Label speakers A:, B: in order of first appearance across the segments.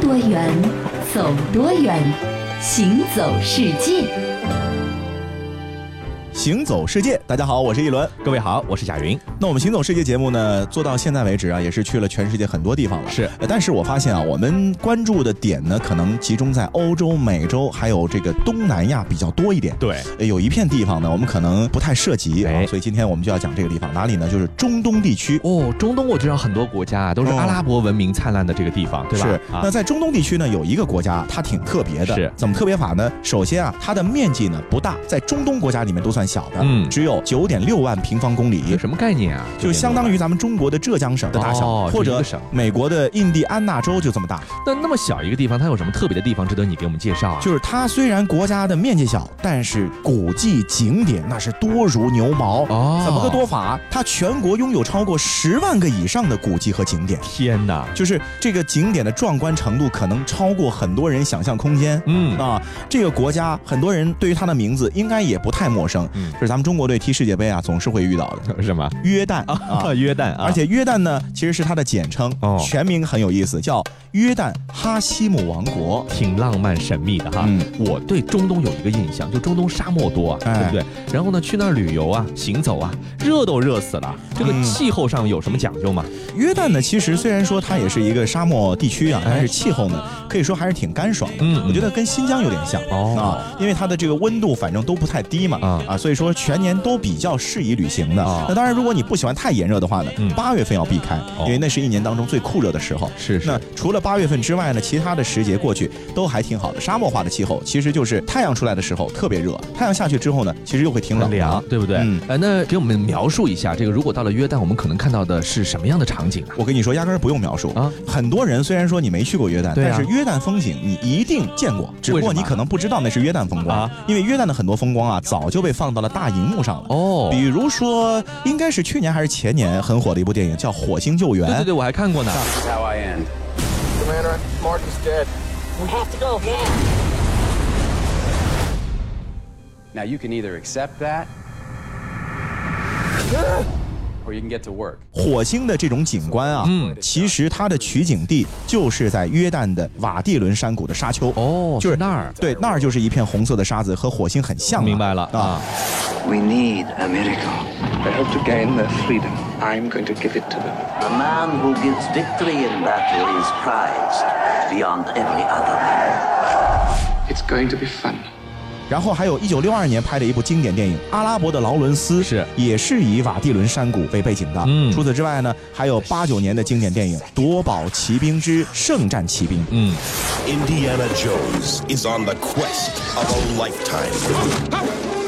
A: 多远，走多远，行走世界。
B: 行走世界，大家好，我是一轮。
C: 各位好，我是贾云。
B: 那我们行走世界节目呢，做到现在为止啊，也是去了全世界很多地方了。
C: 是
B: 呃，但是我发现啊，我们关注的点呢，可能集中在欧洲、美洲，还有这个东南亚比较多一点。
C: 对，
B: 呃有一片地方呢，我们可能不太涉及啊，
C: 哎
B: 所以今天我们就要讲这个地方，哪里呢？就是中东地区。
C: 哦，中东我知道很多国家啊，都是
B: 哦
C: 阿拉伯文明灿烂的这个地方，对吧？
B: 是，那
C: 啊，
B: 在中东地区呢，有一个国家它挺特别的，
C: 是
B: 怎么特别法呢？首先啊，它的面积呢不大，在中东国家里面都算小的，
C: 嗯
B: 只有九点六万平方公里，
C: 这什么概念啊？
B: 就相当于咱们中国的浙江省的大小，
C: 哦
B: 或
C: 就一
B: 者
C: 个省
B: 美国的印第安纳州就这么大。
C: 那那么小一个地方，它有什么特别的地方值得你给我们介绍啊？
B: 就是它虽然国家的面积小，但是古迹景点那是多如牛毛。
C: 哦，
B: 怎么个多？法？它全国拥有超过十万个以上的古迹和景点，
C: 天哪！
B: 就是这个景点的壮观程度可能超过很多人想象空间。
C: 嗯
B: 啊，这个国家很多人对于它的名字应该也不太陌生，
C: 嗯
B: 这是咱们中国队踢世界杯啊，总是会遇到的。
C: 什么
B: 约旦啊，
C: 啊？约旦啊，
B: 而且约旦呢，其实是它的简称，
C: 哦
B: 全名很有意思，叫约旦哈希姆王国。
C: 挺浪漫神秘的哈。
B: 嗯
C: 我对中东有一个印象，就中东沙漠多啊，
B: 哎
C: 对不对？然后呢，去那儿旅游啊、行走啊，热都热死了。这个
B: 嗯
C: 气候上有什么讲究吗？
B: 约旦呢，其实虽然说它也是一个沙漠地区啊，
C: 哎
B: 但是气候呢，可以说还是挺干爽的。
C: 嗯
B: 我觉得跟新疆有点像
C: 哦
B: 啊，因为它的这个温度反正都不太低嘛
C: 啊
B: 啊，所以说全年都比较适宜旅行的
C: 哦。
B: 那当然，如果你不喜欢太炎热的话呢
C: 嗯，哦
B: 八月份要避开，因为那是一年当中最酷热的时候。
C: 是是
B: 那除了八月份之外呢，其他的时节过去都还挺好的。沙漠化的气候其实就是太阳出来的时候特别热，太阳下去之后呢，其实又会挺冷
C: 很
B: 的
C: 凉，对不对？
B: 嗯
C: 呃，那给我们描述一下，这个如果到了约旦，我们可能看到的是什么样的场景啊？
B: 我跟你说，压根儿不用描述
C: 啊。
B: 很多人虽然说你没去过约旦，
C: 对啊
B: 但是约旦风景你一定见过，只不过
C: 为什么
B: 你可能不知道那是约旦风光，
C: 啊
B: 因为约旦的很多风光啊，早就被放到了大荧幕上了。
C: 哦
B: 比如说，应该是去年还是前年很火的一部电影，叫《火星救援》。
C: 对对对，我还看过呢。
D: That's how I end.
E: Commander, Martin's dead.
F: We have to go now.
D: Now you can either accept that, or you can get to work.
B: 火星的这种景观啊，
C: 嗯
B: 其实它的取景地就是在约旦的瓦蒂伦山谷的沙丘。
C: 哦，
B: 就是
C: 是那儿。
B: 对，那儿就是一片红色的沙子，和火星很像啊、
C: 明白了
B: 啊
C: 啊。
G: We need a miracle.
E: They hope to gain their freedom. I'm going to give it to them.
G: The man who gives victory in battle is prized beyond every other man.
E: It's going to be fun.
B: 然后还有一九六二年拍的一部经典电影《阿拉伯的劳伦斯》，
C: 是
B: 也是以瓦蒂伦山谷为背景的。
C: 嗯
B: 除此之外呢，还有八九年的经典电影《夺宝奇兵之圣战奇兵》。
C: 嗯，
H: Indiana Jones is on the quest of a lifetime.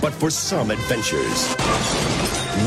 H: But for some adventures,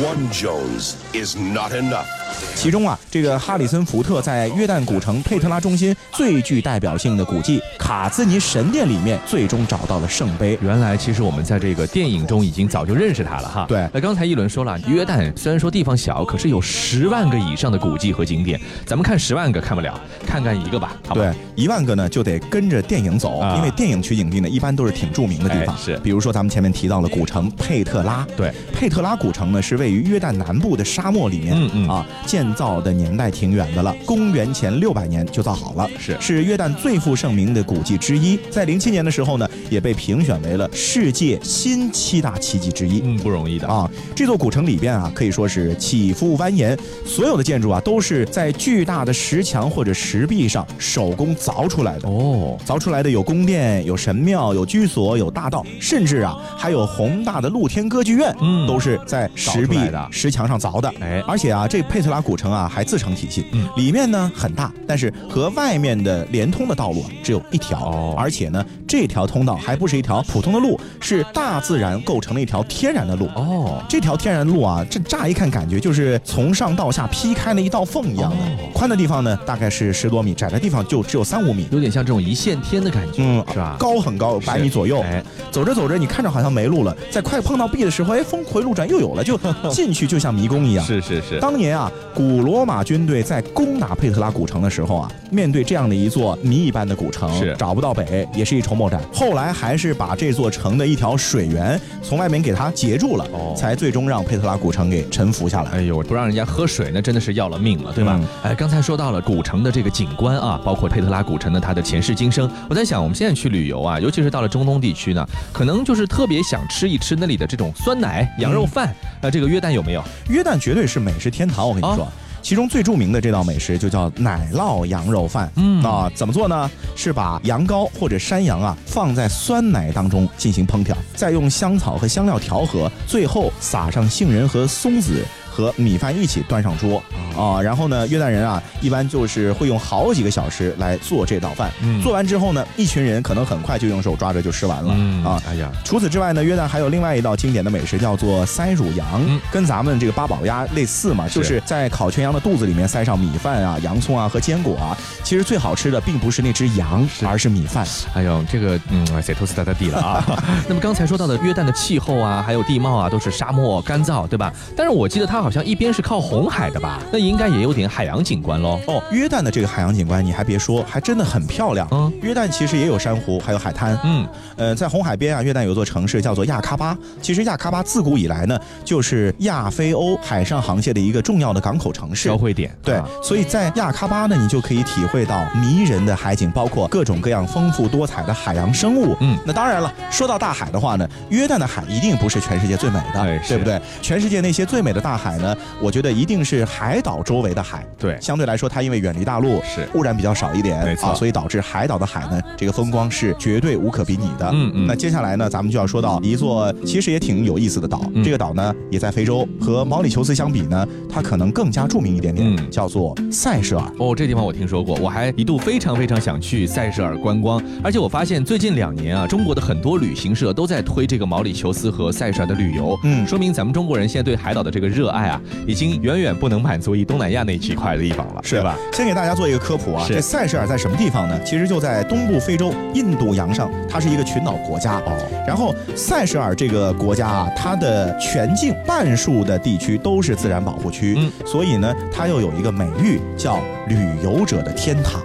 H: one Jones is not enough.
B: 其中啊，这个哈里森福特在约旦古城佩特拉中心最具代表性的古迹卡兹尼神殿里面，最终找到了圣杯。
C: 原来其实我们在这个电影中已经早就认识它了哈。
B: 对
C: 那刚才一轮说了，约旦虽然说地方小，可是有十万个以上的古迹和景点，咱们看十万个看不了，看看一个吧，好吧？
B: 对，，一万个呢就得跟着电影走，
C: 啊
B: 因为电影取景地呢一般都是挺著名的地方，
C: 哎是
B: 比如说咱们前面提到了古城佩特拉，
C: 对，
B: 佩特拉古城呢是位于约旦南部的沙漠里面，
C: 嗯嗯
B: 啊，建造的年代挺远的了，公元前六百年就造好了，
C: 是
B: 是约旦最负盛名的古迹之一，在零七年的时候呢也被评选为了世界新七大奇迹之一，
C: 嗯，不容易的。
B: 啊，这座古城里边啊，可以说是起伏蜿蜒，所有的建筑啊都是在巨大的石墙或者石壁上手工凿出来的。
C: 哦，
B: 凿出来的有宫殿、有神庙、有居所、有大道，甚至啊还有宏大的露天歌剧院，
C: 嗯
B: 都是在石
C: 凿
B: 壁
C: 出来的
B: 石墙上凿的。
C: 哎
B: 而且啊，这佩特拉古城啊还自成体系，
C: 嗯
B: 里面呢很大，但是和外面的连通的道路啊只有一条，
C: 哦
B: 而且呢这条通道还不是一条普通的路，是大自然构成了一条天然的路。
C: 哦，
B: 这条天然路啊，这乍一看感觉就是从上到下劈开了一道缝一样的，
C: 哦
B: 宽的地方呢大概是十多米，窄的地方就只有三五米。
C: 有点像这种一线天的感觉，
B: 嗯，
C: 是吧？
B: 高很高，百米左右。
C: 哎
B: 走着走着，你看着好像没路 了，在快碰到壁的时候，哎，峰回路转又有了，就进去就像迷宫一样。
C: 是是是。
B: 当年啊，古罗马军队在攻打佩特拉古城的时候啊，面对这样的一座谜一般的古城，
C: 是
B: 找不到北，也是一筹莫展。后来还是把这座城的一条水源从外面给它截住了，
C: 哦
B: 才最终让佩特拉古城给臣服下来。
C: 哎呦，不让人家喝水，那真的是要了命了，对吧？
B: 嗯
C: 哎，刚才说到了古城的这个景观啊，包括佩特拉古城的它的前世今生。我在想，我们现在去旅游啊，尤其是到了中东地区呢，可能就是特别想吃一吃那里的这种酸奶、羊肉饭。那、这个约旦有没有？
B: 约旦绝对是美食天堂，我跟你说。
C: 啊
B: 其中最著名的这道美食就叫奶酪羊肉饭。
C: 嗯
B: 啊，怎么做呢？是把羊羔或者山羊啊放在酸奶当中进行烹调，再用香草和香料调和，最后撒上杏仁和松子。和米饭一起端上桌啊，然后呢，约旦人啊，一般就是会用好几个小时来做这道饭。
C: 嗯
B: 做完之后呢，一群人可能很快就用手抓着就吃完了、啊。
C: 哎呀，
B: 除此之外呢，约旦还有另外一道经典的美食叫做塞乳羊，
C: 嗯
B: 跟咱们这个八宝鸭类似嘛，就是在烤全羊的肚子里面塞上米饭啊、洋葱啊和坚果啊。其实最好吃的并不是那只羊，而是米饭。
C: 哎呦，这个嗯，塞托斯达达地了啊。那么刚才说到的约旦的气候啊，还有地貌啊，都是沙漠干燥，对吧？但是我记得它好像一边是靠红海的吧？那应该也有点海洋景观喽。
B: 哦，约旦的这个海洋景观，你还别说，还真的很漂亮。
C: 嗯
B: 约旦其实也有珊瑚，还有海滩。
C: 嗯，
B: 呃，在红海边啊，约旦有座城市叫做亚喀巴。其实亚喀巴自古以来呢，就是亚非欧海上航线的一个重要的港口城市
C: 交。汇点
B: 对
C: 啊，
B: 所以在亚喀巴呢，你就可以体会到迷人的海景，包括各种各样丰富多彩的海洋生物。
C: 嗯
B: 那当然了，说到大海的话呢，约旦的海一定不是全世界最美的，
C: 哎
B: 对
C: 是
B: 不对？全世界那些最美的大海呢，我觉得一定是海岛周围的海。
C: 对
B: 相对来说，它因为远离大陆，
C: 是
B: 污染比较少一点，
C: 没错
B: 啊，所以导致海岛的海呢，这个风光是绝对无可比拟的。
C: 嗯嗯
B: 那接下来呢，咱们就要说到一座其实也挺有意思的岛，
C: 嗯
B: 这个岛呢也在非洲，和毛里求斯相比呢，它可能更加著名一点点，
C: 嗯
B: 叫做塞舌尔。
C: 哦，这地方我听说过，我还一度非常非常想去塞舌尔观光，而且我发现最近两年啊，中国的很多旅行社都在推这个毛里求斯和塞舌尔的旅游，
B: 嗯
C: 说明咱们中国人现在对海岛的这个热爱啊，已经远远不能满足于东南亚那几块的地方了，对吧？？
B: 先给大家做一个科普啊，
C: 是
B: 这塞舌尔在什么地方呢？其实就在东部非洲印度洋上，它是一个群岛国家。哦，然后塞舌尔这个国家啊，它的全境半数的地区都是自然保护区，
C: 嗯
B: 所以呢，它又有一个美誉叫旅游者的天堂。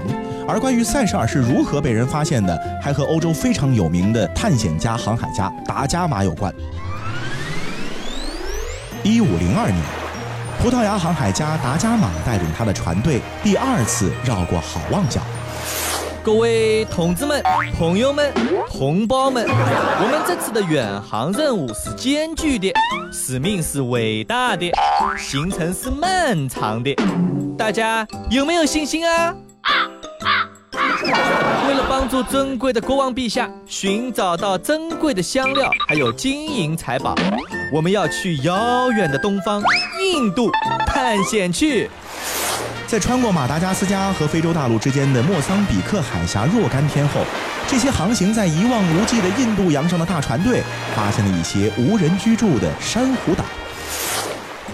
B: 而关于塞舌尔是如何被人发现的，还和欧洲非常有名的探险家、航海家达伽马有关。一五零二年，葡萄牙航海家达伽马带领他的船队第二次绕过好望角。
C: 各位同志们、朋友们、同胞们，我们这次的远航任务是艰巨的，使命是伟大的，行程是漫长的，大家有没有信心啊？为了帮助尊贵的国王陛下寻找到珍贵的香料，还有金银财宝，我们要去遥远的东方印度探险去。
B: 在穿过马达加斯加和非洲大陆之间的莫桑比克海峡若干天后，这些航行在一望无际的印度洋上的大船队，发现了一些无人居住的珊瑚岛。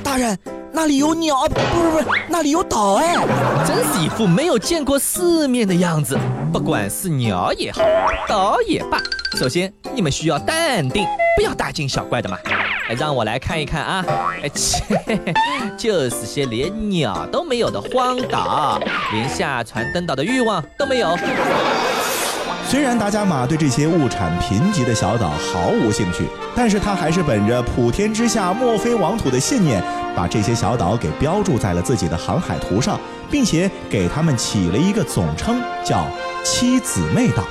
F: 大人，那里有鸟，啊不是不是，那里有岛哎。
C: 真是一副没有见过世面的样子。不管是鸟也好，岛也罢，首先你们需要淡定，不要大惊小怪的嘛。哎，让我来看一看啊！哎，切，就是些连鸟都没有的荒岛，连下船登岛的欲望都没有。
B: 虽然达伽马对这些物产贫瘠的小岛毫无兴趣，但是他还是本着“普天之下莫非王土”的信念，把这些小岛给标注在了自己的航海图上，并且给他们起了一个总称，叫“七姊妹岛”。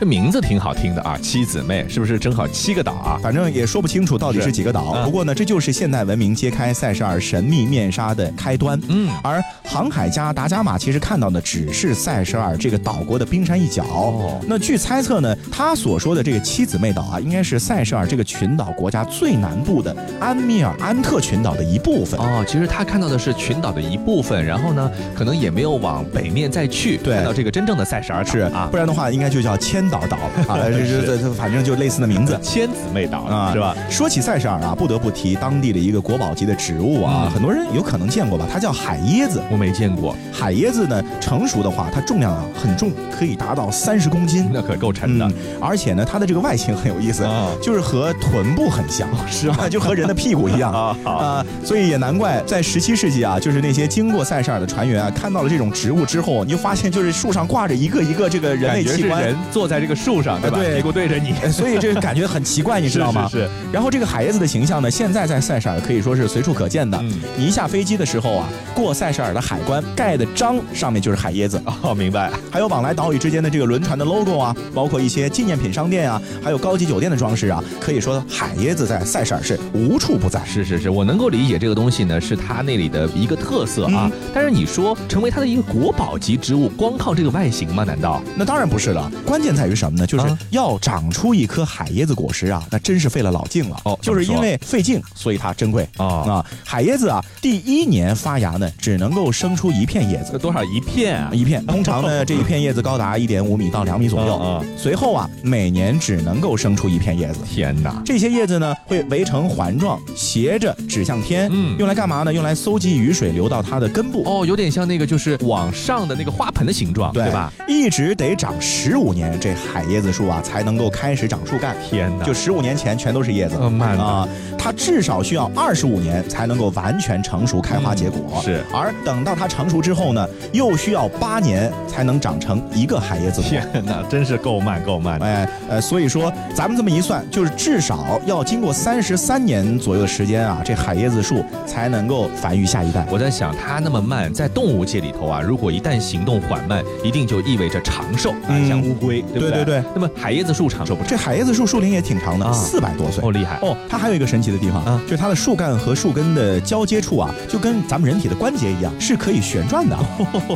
C: 这名字挺好听的啊，七姊妹是不是正好七个岛啊？
B: 反正也说不清楚到底是几个岛。
C: 嗯
B: 不过呢，这就是现代文明揭开塞舌尔神秘面纱的开端。
C: 嗯
B: 而航海家达伽马其实看到的只是塞舌尔这个岛国的冰山一角。
C: 哦
B: 那据猜测呢，他所说的这个七姊妹岛啊，应该是塞舌尔这个群岛国家最南部的安米尔安特群岛的一部分。
C: 哦，其实他看到的是群岛的一部分，然后呢，可能也没有往北面再去，
B: 对
C: 看到这个真正的塞舌尔岛
B: 是
C: 啊
B: 不。然的话应该就叫千岛岛 啊，这这这这反正就类似的名字。
I: 千姊妹岛
B: 啊，
I: 是吧？？
B: 说起塞舌尔啊，不得不提当地的一个国宝级的植物啊，很多人有可能见过吧？它叫海椰子。
I: 嗯我没见过，
B: 海椰子呢，成熟的话，它重量啊很重，可以达到三十公斤。
I: 那可够沉的
B: 嗯。而且呢，它的这个外形很有意思，
I: 啊哦
B: 就是和臀部很 像，是吧？就和人的屁股一 样
I: 啊好
B: 啊所以也难怪在十七世纪啊，就是那些经过塞舌尔的船员啊，看到了这种植物之后，你就发现就是树上挂着一个一个这个人
I: 感
B: 类
I: 觉
B: 器
I: 是
B: 官
I: 人。坐在这个树上，对吧？
B: 啊对
I: 屁股对着你，
B: 哎所以这个感觉很奇怪，你知道吗？
I: 是是是
B: 然后这个海椰子的形象呢，现在在塞舌尔可以说是随处可见的。
I: 嗯
B: 你一下飞机的时候啊，过塞舌尔的海关盖的章上面就是海椰子。
I: 哦，明白。
B: 还有往来岛屿之间的这个轮船的 logo 啊，包括一些纪念品商店啊，还有高级酒店的装饰啊，可以说海椰子在塞舌尔是无处不在。
I: 是是是，我能够理解这个东西呢，是它那里的一个特色啊。
B: 嗯
I: 但是你说成为它的一个国宝级植物，光靠这个外形吗？难道？
B: 那当然不是了，关键在于什么呢？就是
I: 啊
B: 要长出一颗海椰子果实啊，那真是费了老劲了。
I: 哦怎
B: 就
I: 么
B: 是因
I: 说
B: 为费劲，所以它珍贵。
I: 哦
B: 啊，海椰子啊，第一年发芽呢，只能够生出呃一片叶子
I: 这。多少一片啊？
B: 一片，通常呢，这一片叶子高达一点五米到两米左右。
I: 嗯嗯
B: 随后啊，每年只能够生出一片叶子。
I: 天哪！
B: 这些叶子呢会围成环状，斜着指向天，
I: 嗯
B: 用来干嘛呢？用来搜集雨水流到它的根部。
I: 哦，有点像那个就是往上的那个花盆的形状，对吧？？
B: 一直得长十五年，这海椰子树啊才能够开始长树干。
I: 天哪！
B: 就十五年前全都是叶子，
I: 哦慢的
B: 啊，它至少需要二十五年才能够完全成熟开花结果。
I: 嗯是
B: 而等到它成熟之后呢，又需要八年才能长成一个海椰子果。
I: 天哪，真是够慢够慢的。
B: 哎呃，所以说咱们这么一算，就是至少要经过三十三年左右的时间啊，这海椰子树才能够繁育下一代。
I: 我在想，它那么慢，在动物界里头啊，如果一旦行动缓慢，一定就意味着长寿啊，
B: 嗯
I: 像乌龟，对不对？
B: 对对对
I: 那么海椰子树长寿不长？
B: 这海椰子树树龄也挺长的，
I: 啊
B: 四百、多岁。
I: 哦，厉害！
B: 哦，它还有一个神奇的地方，
I: 啊
B: 就是它的树干和树根的交接处啊，就跟咱们人体的关节一样，是可以旋转的。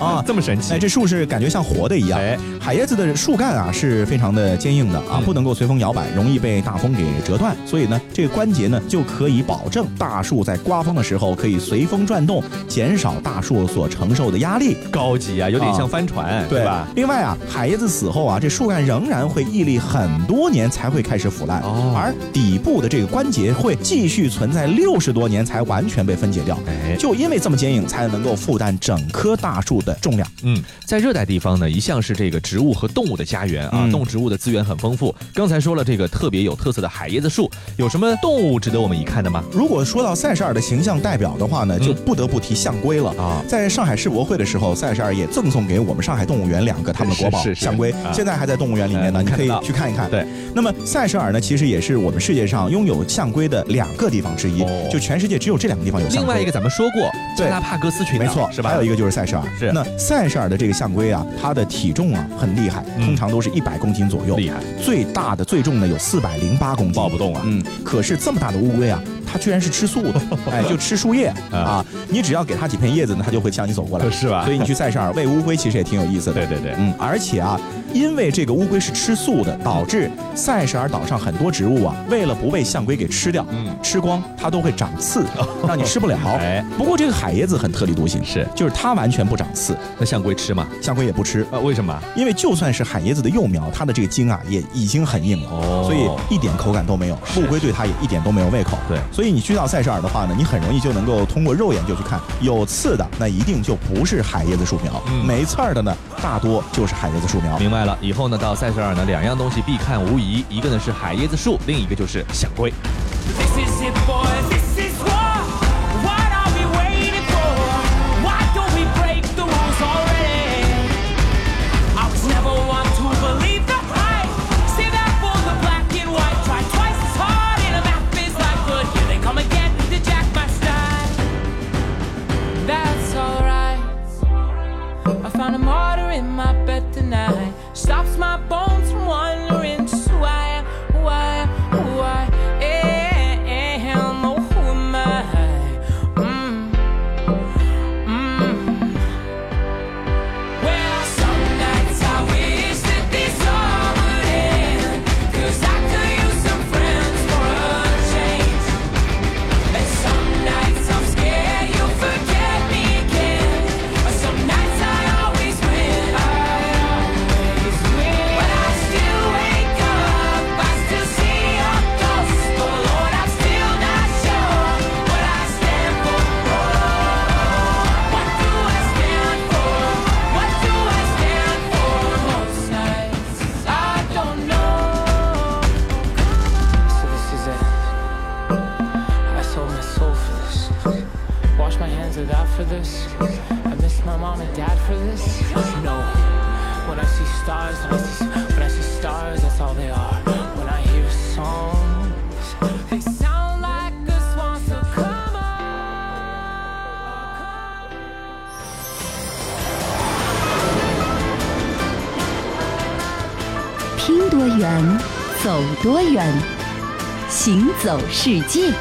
B: 啊
I: 这么神奇！
B: 哎，这树是感觉像活的一样。
I: 哦哎
B: 海椰子的树干啊是非常的坚硬的啊，
I: 嗯
B: 不能够随风摇摆，容易被大风给折断。所以呢，这个关节呢就可以保证大树在刮风的时候可以随风转动，减少大树所承受的压力。
I: 高级啊，有点
B: 啊
I: 像帆船，对吧？？
B: 另外啊，海椰子死后啊，这树干仍然会屹立很多年才会开始腐烂，
I: 哦
B: 而底部的这个关节会继续存在六十多年才完全被分解掉。
I: 哎
B: 就因为这么坚硬，才能够负担整棵大树的重量。
I: 嗯，在热带地方呢，一向是这个植物和动物的家园啊，
B: 嗯
I: 动植物的资源很丰富。刚才说了，这个特别有特色的海椰子树，有什么动物值得我们一看的吗？
B: 如果说到塞舌尔的形象代表的话呢，就不得不提象龟了
I: 嗯啊
B: 在上海世博会的时候，塞舌尔也赠送给我们上海动物园两个他们的国宝
I: 是是是
B: 象龟
I: 啊，
B: 现在还在动物园里面呢，
I: 嗯
B: 你可以
I: 看得到
B: 去看一看。
I: 对，
B: 那么塞舌尔呢，其实也是我们世界上拥有象龟的两个地方之一
I: 哦，
B: 就全世界只有这两个地方有象
I: 另
B: 龟。
I: 外一个咱们说过，
B: 对
I: 加拉帕戈斯群岛，
B: 没错，
I: 是吧？
B: 还有一个就是塞舌尔。
I: 是
B: 那塞舌尔的这个象龟啊，它的体重啊很厉害，
I: 嗯
B: 通常都是一百公斤左右。
I: 厉害，
B: 最大的最重的有四百零八公斤，
I: 抱不动啊
B: 嗯，可是这么大的乌龟啊，它居然是吃素 的，哎，就吃树叶
I: 啊
B: 啊。你只要给它几片叶子呢，它就会向你走过来，
I: 是吧
B: 所以你去塞舌尔喂乌龟其实也挺有意思的。
I: 对对对
B: 嗯，而且啊，因为这个乌龟是吃素的，导致塞舌尔岛上很多植物啊，为了不被象龟给吃掉，
I: 嗯
B: 吃光它都会长 刺，让你吃不了。
I: 哎
B: 不过这个海椰子很特立独行，
I: 是
B: 就是它完全不长刺，
I: 那象龟吃吗？
B: 象龟也不吃。
I: 啊，为什么？
B: 因为就算是海椰子的幼苗，它的这个茎啊也已经很硬了，
I: 哦
B: 所以一点口感都没有。
I: 是
B: 陆龟对它也一点都没有胃口。
I: 对
B: 所以你去到塞舌尔的话呢，你很容易就能够通过肉眼就去看，有刺的那一定就不是海椰子树苗，
I: 嗯
B: 没刺儿的呢大多就是海椰子树苗。
I: 明白了，以后呢，到塞舌尔呢，两样东西必看无疑，一个呢是海椰子树，另一个就是象龟。
J: This is it, boys. This is war. What are we waiting for? Why don't we break the rules already? I was never one to believe the hype. See that for the black and white. Try twice as hard in a map is like good. Here they come again to jack my style. That's alright. I found a martyr in my bed tonight. Stops my bones from wandering. Just why, why, why am Mm. Was it out for this? I miss my mom and dad for this? No. When I see stars, when I see, when I see stars, that's all they are. When I hear songs, they sound like a swan, so come on.
A: 听多远，走多远，行走世界。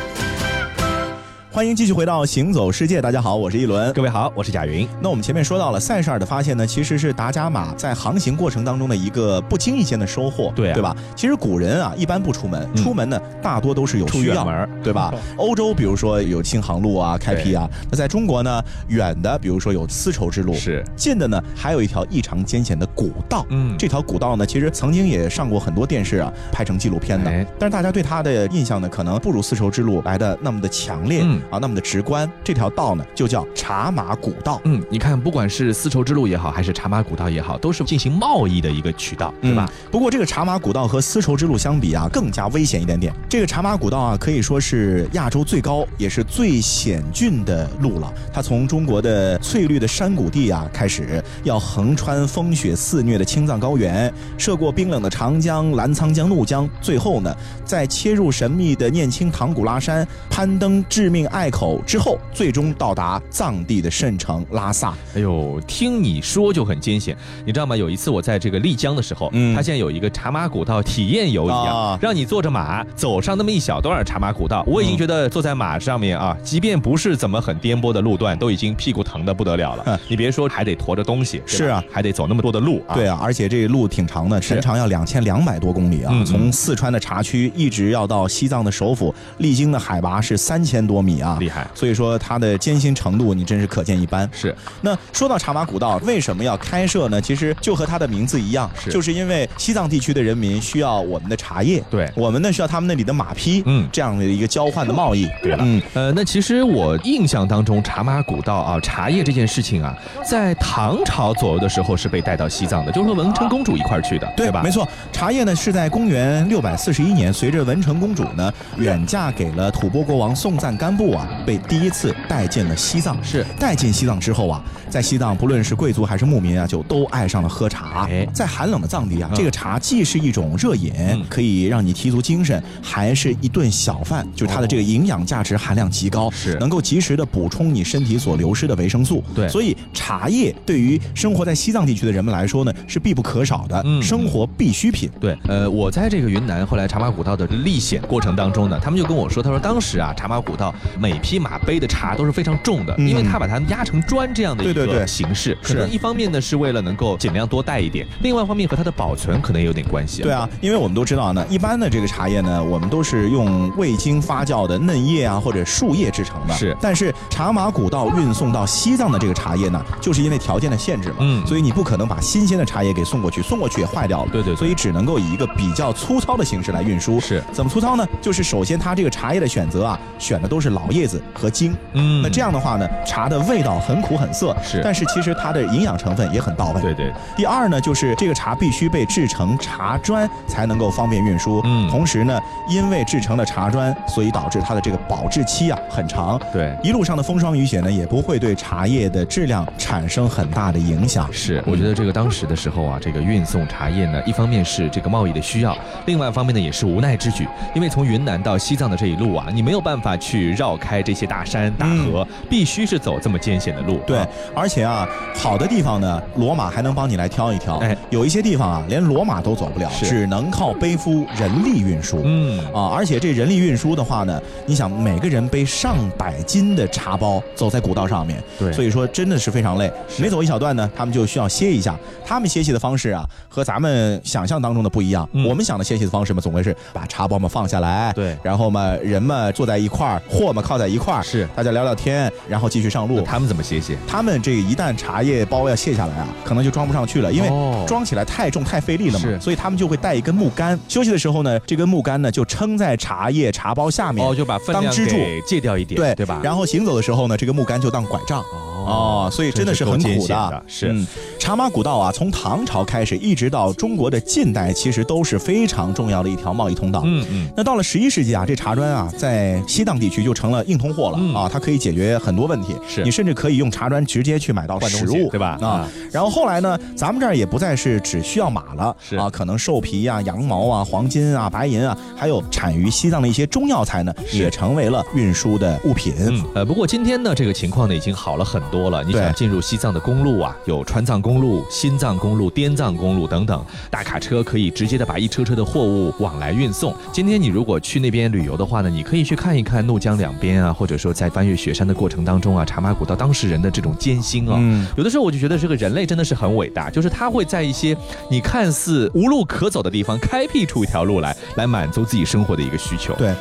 B: 欢迎继续回到《行走世界》，大家好，我是一轮。
I: 各位好，我是贾云。
B: 那我们前面说到了塞舌尔的发现呢，其实是达伽马在航行过程当中的一个不经意间的收获，
I: 对啊嗯
B: 对吧？其实古人啊一般不出门，出门呢大多都是有
I: 出
B: 需
I: 远
B: 要
I: 门儿，嗯
B: 对吧？欧洲比如说有新航路啊、开辟啊，那在中国呢远的比如说有丝绸之路，
I: 是
B: 近的呢还有一条异常艰险的古道，
I: 嗯
B: 这条古道呢其实曾经也上过很多电视啊拍成纪录片的
I: 哎，
B: 但是大家对它的印象呢可能不如丝绸之路来的那么的强烈
I: 嗯
B: 啊，那么的直观。这条道呢就叫茶马古道。
I: 嗯，你看，不管是丝绸之路也好，还是茶马古道也好，都是进行贸易的一个渠道，对吧？
B: 不过这个茶马古道和丝绸之路相比啊，更加危险一点点。这个茶马古道啊，可以说是亚洲最高也是最险峻的路了。它从中国的翠绿的山谷地啊开始，要横穿风雪肆虐的青藏高原，涉过冰冷的长江、澜沧江、怒江，最后呢，在切入神秘的念青唐古拉山，攀登致命隘口之后，最终到达藏地的圣城拉萨。
I: 哎呦，听你说就很艰险，你知道吗？有一次我在这个丽江的时候，
B: 嗯
I: 它现在有一个茶马古道体验游一样，
B: 啊
I: 让你坐着马走上那么一小段茶马古道。我已经觉得坐在马上面啊，
B: 嗯
I: 即便不是怎么很颠簸的路段，都已经屁股疼的不得了了。你别说还得驮着东西，对吧
B: 嗯是啊
I: 还得走那么多的路啊。
B: 对啊，而且这路挺长的，全长要两千两百多公里啊，
I: 嗯嗯
B: 从四川的茶区一直要到西藏的首府，历经的海拔是三千多米啊，
I: 厉害
B: 所以说它的艰辛程度，你真是可见一斑。
I: 是，
B: 那说到茶马古道，为什么要开设呢？其实就和它的名字一样，
I: 是
B: 就是因为西藏地区的人民需要我们的茶叶，
I: 对
B: 我们呢需要他们那里的马匹，
I: 嗯
B: 这样的一个交换的贸易。
I: 对了，
B: 嗯，
I: 呃，那其实我印象当中，茶马古道啊，茶叶这件事情啊，在唐朝左右的时候是被带到西藏的，就是和文成公主一块儿去的，
B: 对
I: 吧？
B: 没错，茶叶呢是在公元六百四十一年，随着文成公主呢远嫁给了吐蕃国王宋赞干布啊，被第一次带进了西藏。
I: 是
B: 带进西藏之后啊，在西藏不论是贵族还是牧民啊，就都爱上了喝茶。
I: 哎
B: 在寒冷的藏地啊，
I: 嗯
B: 这个茶既是一种热饮，可以让你提足精神，还是一顿小饭，就是它的这个营养价值含量极高，
I: 哦是
B: 能够及时的补充你身体所流失的维生素。
I: 对
B: 所以茶叶对于生活在西藏地区的人们来说呢，是必不可少的
I: 嗯
B: 生活必需品。
I: 对，呃，我在这个云南后来茶马古道的历险过程当中呢，他们就跟我说，他说当时啊，茶马古道每匹马背的茶都是非常重的，
B: 嗯
I: 因为他把它压成砖这样的一
B: 对对对
I: 个形式，
B: 是
I: 可能一方面呢是为了能够尽量多带一点，另外一方面和它的保存可能也有点关系。
B: 对，啊，因为我们都知道呢，一般的这个茶叶呢，我们都是用未经发酵的嫩叶啊或者树叶制成的。
I: 是
B: 但是茶马古道运送到西藏的这个茶叶呢，就是因为条件的限制嘛，
I: 嗯
B: 所以你不可能把新鲜的茶叶给送过去，送过去也坏掉了。
I: 对对对
B: 所以只能够以一个比较粗糙的形式来运输。
I: 是
B: 怎么粗糙呢？就是首先它这个茶叶的选择啊，选的都是老叶子和茎。
I: 嗯
B: 那这样的话呢，茶的味道很苦很涩，
I: 是
B: 但是其实它的营养成分也很到位。
I: 对对。
B: 第二呢，就是这个茶必须被制成茶砖才能够方便运输。
I: 嗯
B: 同时呢，因为制成了茶砖，所以导致它的这个保质期啊很长。
I: 对
B: 一路上的风霜雨雪呢，也不会对茶叶的质量产生很大的影响。
I: 是，我觉得这个当时的时候啊，这个运送茶叶呢，一方面是这个贸易的需要，另外一方面呢也是无奈之举，因为从云南到西藏的这一路啊，你没有办法去绕开这些大山大河，必须是走这么艰险的路。
B: 嗯对
I: 啊，
B: 而且啊，好的地方呢，罗马还能帮你来挑一挑。
I: 哎
B: 有一些地方啊，连罗马都走不了，
I: 是
B: 只能靠背夫人力运输。
I: 嗯
B: 啊，而且这人力运输的话呢，你想每个人背上百斤的茶包走在古道上面，
I: 对
B: 所以说真的是非常累。每走一小段呢，他们就需要歇一下。他们歇息的方式啊，和咱们想象当中的不一样。
I: 嗯
B: 我们想的歇息的方式嘛，总归是把茶包嘛放下来，
I: 对
B: 然后嘛人嘛坐在一块儿，货嘛靠在一块儿，
I: 是
B: 大家聊聊天，然后继续上
I: 那
B: 路。
I: 他们怎么写写？
B: 他们这个一旦茶叶包要卸下来啊，可能就装不上去了，因为
I: 哦
B: 装起来太重太费力了嘛，
I: 是
B: 所以他们就会带一根木杆。休息的时候呢，这根木杆呢就撑在茶叶茶包下面，
I: 哦，就把分
B: 当
I: 量
B: 支柱，
I: 给戒掉一点，
B: 对
I: 对吧？
B: 然后行走的时候呢，这个木杆就当拐杖。哦，所以真的是很
I: 真
B: 苦
I: 是够艰险的是
B: 嗯，茶马古道啊，从唐朝开始一直到中国的近代，其实都是非常重要的一条贸易通道。
I: 嗯嗯，
B: 那到了十一世纪啊，这茶砖啊，在西藏地区就成了硬通货了、啊，它可以解决很多问题。
I: 嗯是
B: 你甚至可以用茶砖直接去买到
I: 换东西
B: 食物，
I: 对吧
B: 啊
I: 啊，
B: 然后后来呢，咱们这儿也不再是只需要马了，
I: 是
B: 啊，可能兽皮啊、羊毛啊、黄金啊、白银啊，还有产于西藏的一些中药材呢，
I: 是
B: 也成为了运输的物品。
I: 嗯，呃，不过今天呢，这个情况呢已经好了很多了。你
B: 对
I: 想进入西藏的公路啊，有川藏公路、新藏公路、滇藏公路等等，大卡车可以直接的把一车车的货物往来运送。今天你如果去那边旅游的话呢，你可以去看一看怒江两边啊，或者说在翻越雪山的过程当中啊，茶马古道当事人的这种艰辛啊、
B: 嗯
I: 有的时候我就觉得这个人类真的是很伟大，就是他会在一些你看似无路可走的地方，开辟出一条路来，来满足自己生活的一个需求。
B: 对，
J: 什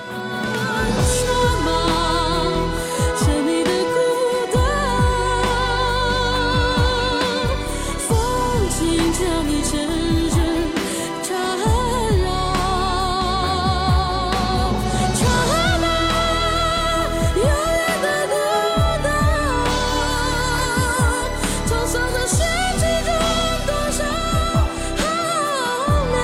J: 么？甜蜜的孤单，风景将你真正缠绕。茶马，永远的孤单，沧桑的世纪中多少浩渺。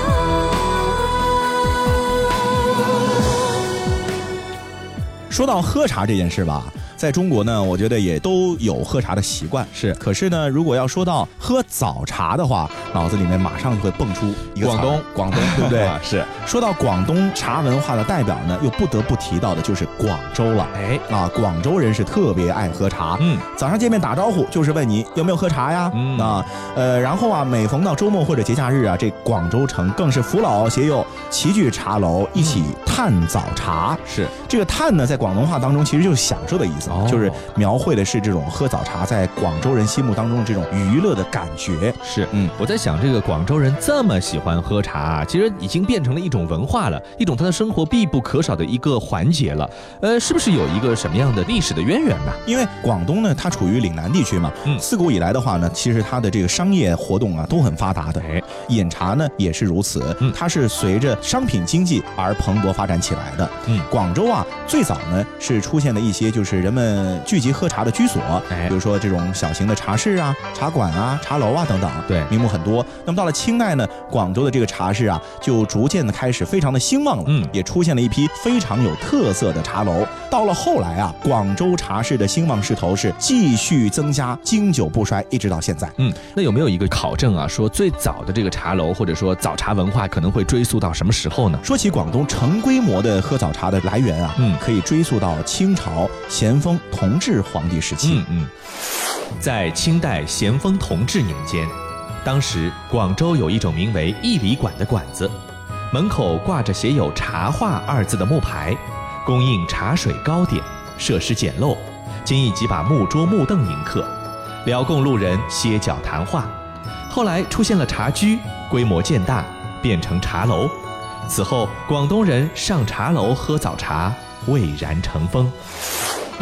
B: 说到喝茶这件事吧，在中国呢，我觉得也都有喝茶的习惯。
I: 是
B: 可是呢，如果要说到喝早茶的话，脑子里面马上就会蹦出一个词儿
I: 广东
B: 广东，对不 对？
I: 是。
B: 说到广东茶文化的代表呢，又不得不提到的就是广州了。
I: 哎，
B: 啊，广州人是特别爱喝茶，
I: 嗯，
B: 早上见面打招呼就是问你有没有喝茶呀，
I: 嗯
B: 啊，呃，然后啊，每逢到周末或者节假日啊，这广州城更是扶老携幼齐聚茶楼，一起探早茶。
I: 嗯是
B: 这个“探”呢，在广东话当中其实就是享受的意思，
I: 哦
B: 就是描绘的是这种喝早茶在广州人心目当中的这种娱乐的感觉。
I: 是，
B: 嗯
I: 嗯，我在想，这个广州人这么喜欢喝茶、啊，其实已经变成了一种文化了，一种他的生活必不可少的一个环节了。呃，是不是有一个什么样的历史的渊源呢？
B: 因为广东呢，它处于岭南地区嘛，
I: 嗯
B: 自古以来的话呢，其实它的这个商业活动啊都很发达的，
I: 哎，
B: 饮茶呢也是如此，
I: 嗯
B: 它是随着商品经济而蓬勃发展起来的。
I: 嗯
B: 广州啊，最早呢是出现了一些就是人们聚集喝茶的居所，
I: 哎
B: 比如说这种小型的茶室啊、茶馆啊、茶楼啊等等，
I: 对
B: 名目很多。那么到了清代呢，广州的这个茶室啊，就逐渐的开始非常的兴旺了，
I: 嗯
B: 也出现了一批非常有特色的茶楼。到了后来啊，广州茶室的兴旺势头是继续增加，经久不衰，一直到现在。
I: 嗯，那有没有一个考证啊，说最早的这个茶楼或者说早茶文化可能会追溯到什么时候呢？
B: 说起广东成规模的喝早茶的来源啊，
I: 嗯
B: 可以追溯到清朝咸丰同治皇帝时期。
I: 嗯嗯，在清代咸丰同治年间，当时广州有一种名为“一里馆”的馆子，门口挂着写有“茶话”二字的木牌，供应茶水糕点，设施简陋，仅以几把木桌木凳迎客，聊供路人歇脚谈话。后来出现了茶居，规模渐大，变成茶楼。此后，广东人上茶楼喝早茶，蔚然成风。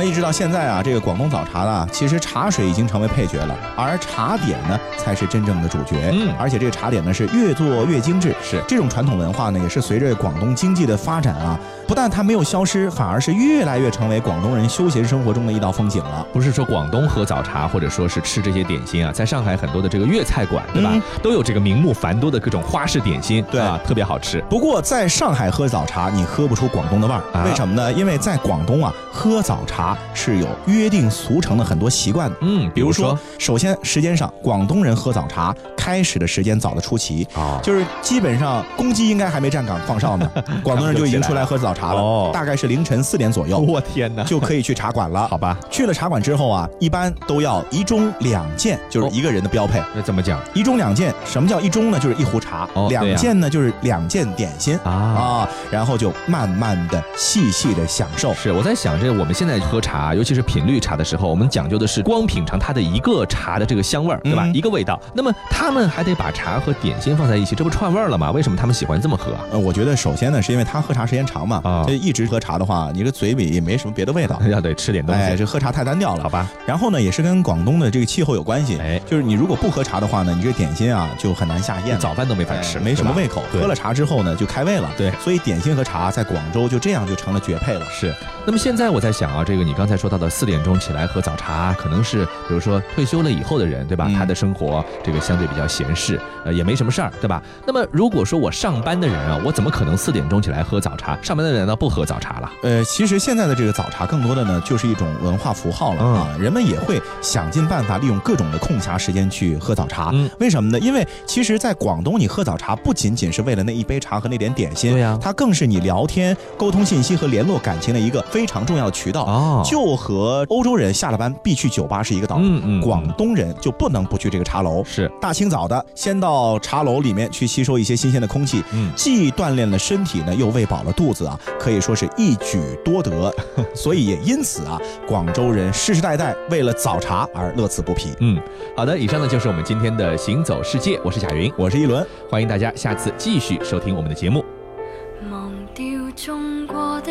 B: 那一直到现在啊，这个广东早茶呢，其实茶水已经成为配角了，而茶点呢才是真正的主角。
I: 嗯
B: 而且这个茶点呢是越做越精致。
I: 是
B: 这种传统文化呢，也是随着广东经济的发展啊，不但它没有消失，反而是越来越成为广东人休闲生活中的一道风景了。
I: 不是说广东喝早茶，或者说是吃这些点心啊，在上海很多的这个粤菜馆，对吧，
B: 嗯
I: 都有这个名目繁多的各种花式点心，
B: 对
I: 啊，特别好吃。
B: 不过在上海喝早茶，你喝不出广东的味儿，
I: 啊
B: 为什么呢？因为在广东啊，喝早茶是有约定俗成的很多习惯的。
I: 嗯，
B: 比
I: 比
B: 如
I: 如
B: 说
I: 说，，
B: 首先时间上，广东人喝早茶开始的时间早的出奇，
I: 哦
B: 就是基本上公鸡应该还没站岗放哨 呢，广东人就已经出来喝早茶了，
I: 哦
B: 大概是凌晨四点左右。
I: 我天哪，
B: 就可以去茶馆了，
I: 好吧？
B: 去了茶馆之后啊，一般都要一盅两件，就是
I: 哦
B: 一个人的标配。
I: 那怎么讲
B: 一盅两件，什么叫一盅呢？就是一壶茶。
I: 哦对啊
B: 两件呢，就是两件点心
I: 啊？
B: 啊，然后就慢慢的、细细的享受。
I: 是我在想，这我们现在喝茶，尤其是品绿茶的时候，我们讲究的是光品尝它的一个茶的这个香味儿，对吧？
B: 嗯
I: 一个味道。那么他们还得把茶和点心放在一起，这不串味儿了吗？为什么他们喜欢这么喝啊？
B: 呃，我觉得首先呢，是因为他喝茶时间长嘛，
I: 啊。
B: 所以一直喝茶的话，你这嘴里也没什么别的味道
I: 要得吃点东西，
B: 哎，这喝茶太单调了，
I: 好。吧？
B: 然后呢，也是跟广东的这个气候有关系。
I: 哎
B: 就是你如果不喝茶的话呢，你这点心啊就很难下咽了，
I: 早饭都没法
B: 哎
I: 吃，
B: 没什么
I: 对吧
B: 胃口。
I: 对
B: 喝了茶之后呢，就开胃了。
I: 对
B: 所以点心和茶在广州就这样就成了绝配了。
I: 是，那么现在我在想啊，这个你刚才说到的四点钟起来喝早茶，可能是比如说退休了以后的人，对吧？
B: 嗯
I: 他的生活这个相对比较闲适，呃，也没什么事儿，对吧？那么如果说我上班的人啊，我怎么可能四点钟起来喝早茶？上班的人呢不喝早茶了。
B: 呃，其实现在的这个早茶更多的呢，就是一种文化符号了
I: 嗯
B: 啊。人们也会想尽办法利用各种的空暇时间去喝早茶。
I: 嗯
B: 为什么呢？因为其实，在广东，你喝早茶不仅仅是为了那一杯茶和那点点心，
I: 对呀
B: 它更是你聊天、沟通信息和联络感情的一个非常重要的渠道。
I: 哦
B: 就和欧洲人下了班必去酒吧是一个道理，
I: 嗯嗯嗯
B: 广东人就不能不去这个茶楼。
I: 是
B: 大清早的，先到茶楼里面去吸收一些新鲜的空气，
I: 嗯
B: 既锻炼了身体呢，又喂饱了肚子啊，可以说是一举多得。 所以也因此啊，广州人世世代代为了早茶而乐此不疲。
I: 嗯，好的，以上呢就是我们今天的行走世界，我是贾云，
B: 我是一轮，
I: 欢迎大家下次继续收听我们的节目。
K: 忘掉种过的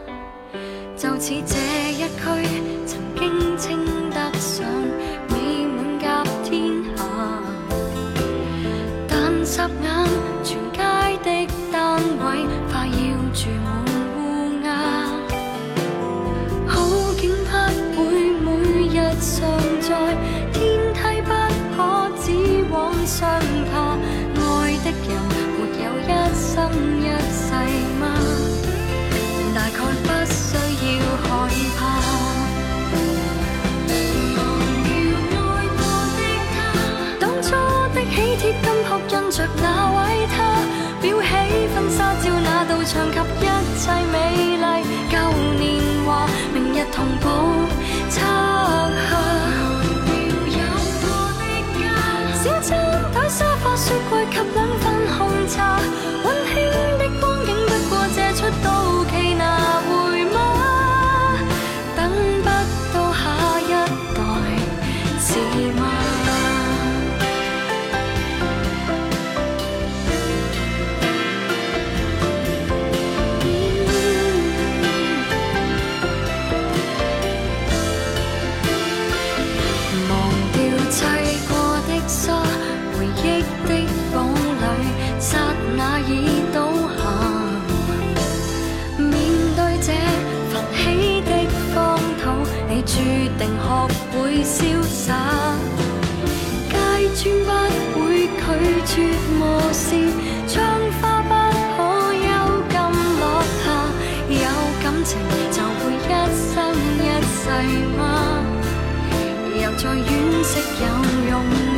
K: 就似這一區曾經稱得上美滿甲天下，但霎眼全街的單位快要住滿烏鴉。好景不會每日常在，天梯不可只往上爬。愛的人沒有一生一世嗎？大概不需要害怕。當初的喜帖金箔印着那位他，裱起婚紗照那道牆及一切美麗舊年華，明日同步拆下。小餐台、沙發、雪櫃及兩份紅茶，溫馨的光景不過借出到期拿回嗎？等不到下一代是嗎？忘掉砌過的沙，回憶的堡壘，剎那已倒下。面對這浮起的荒土，你注定學會瀟灑。街磚不會拒絕磨蝕，窗花不可幽禁落下。有感情就會一生一世嗎？又再惋惜有用嗎？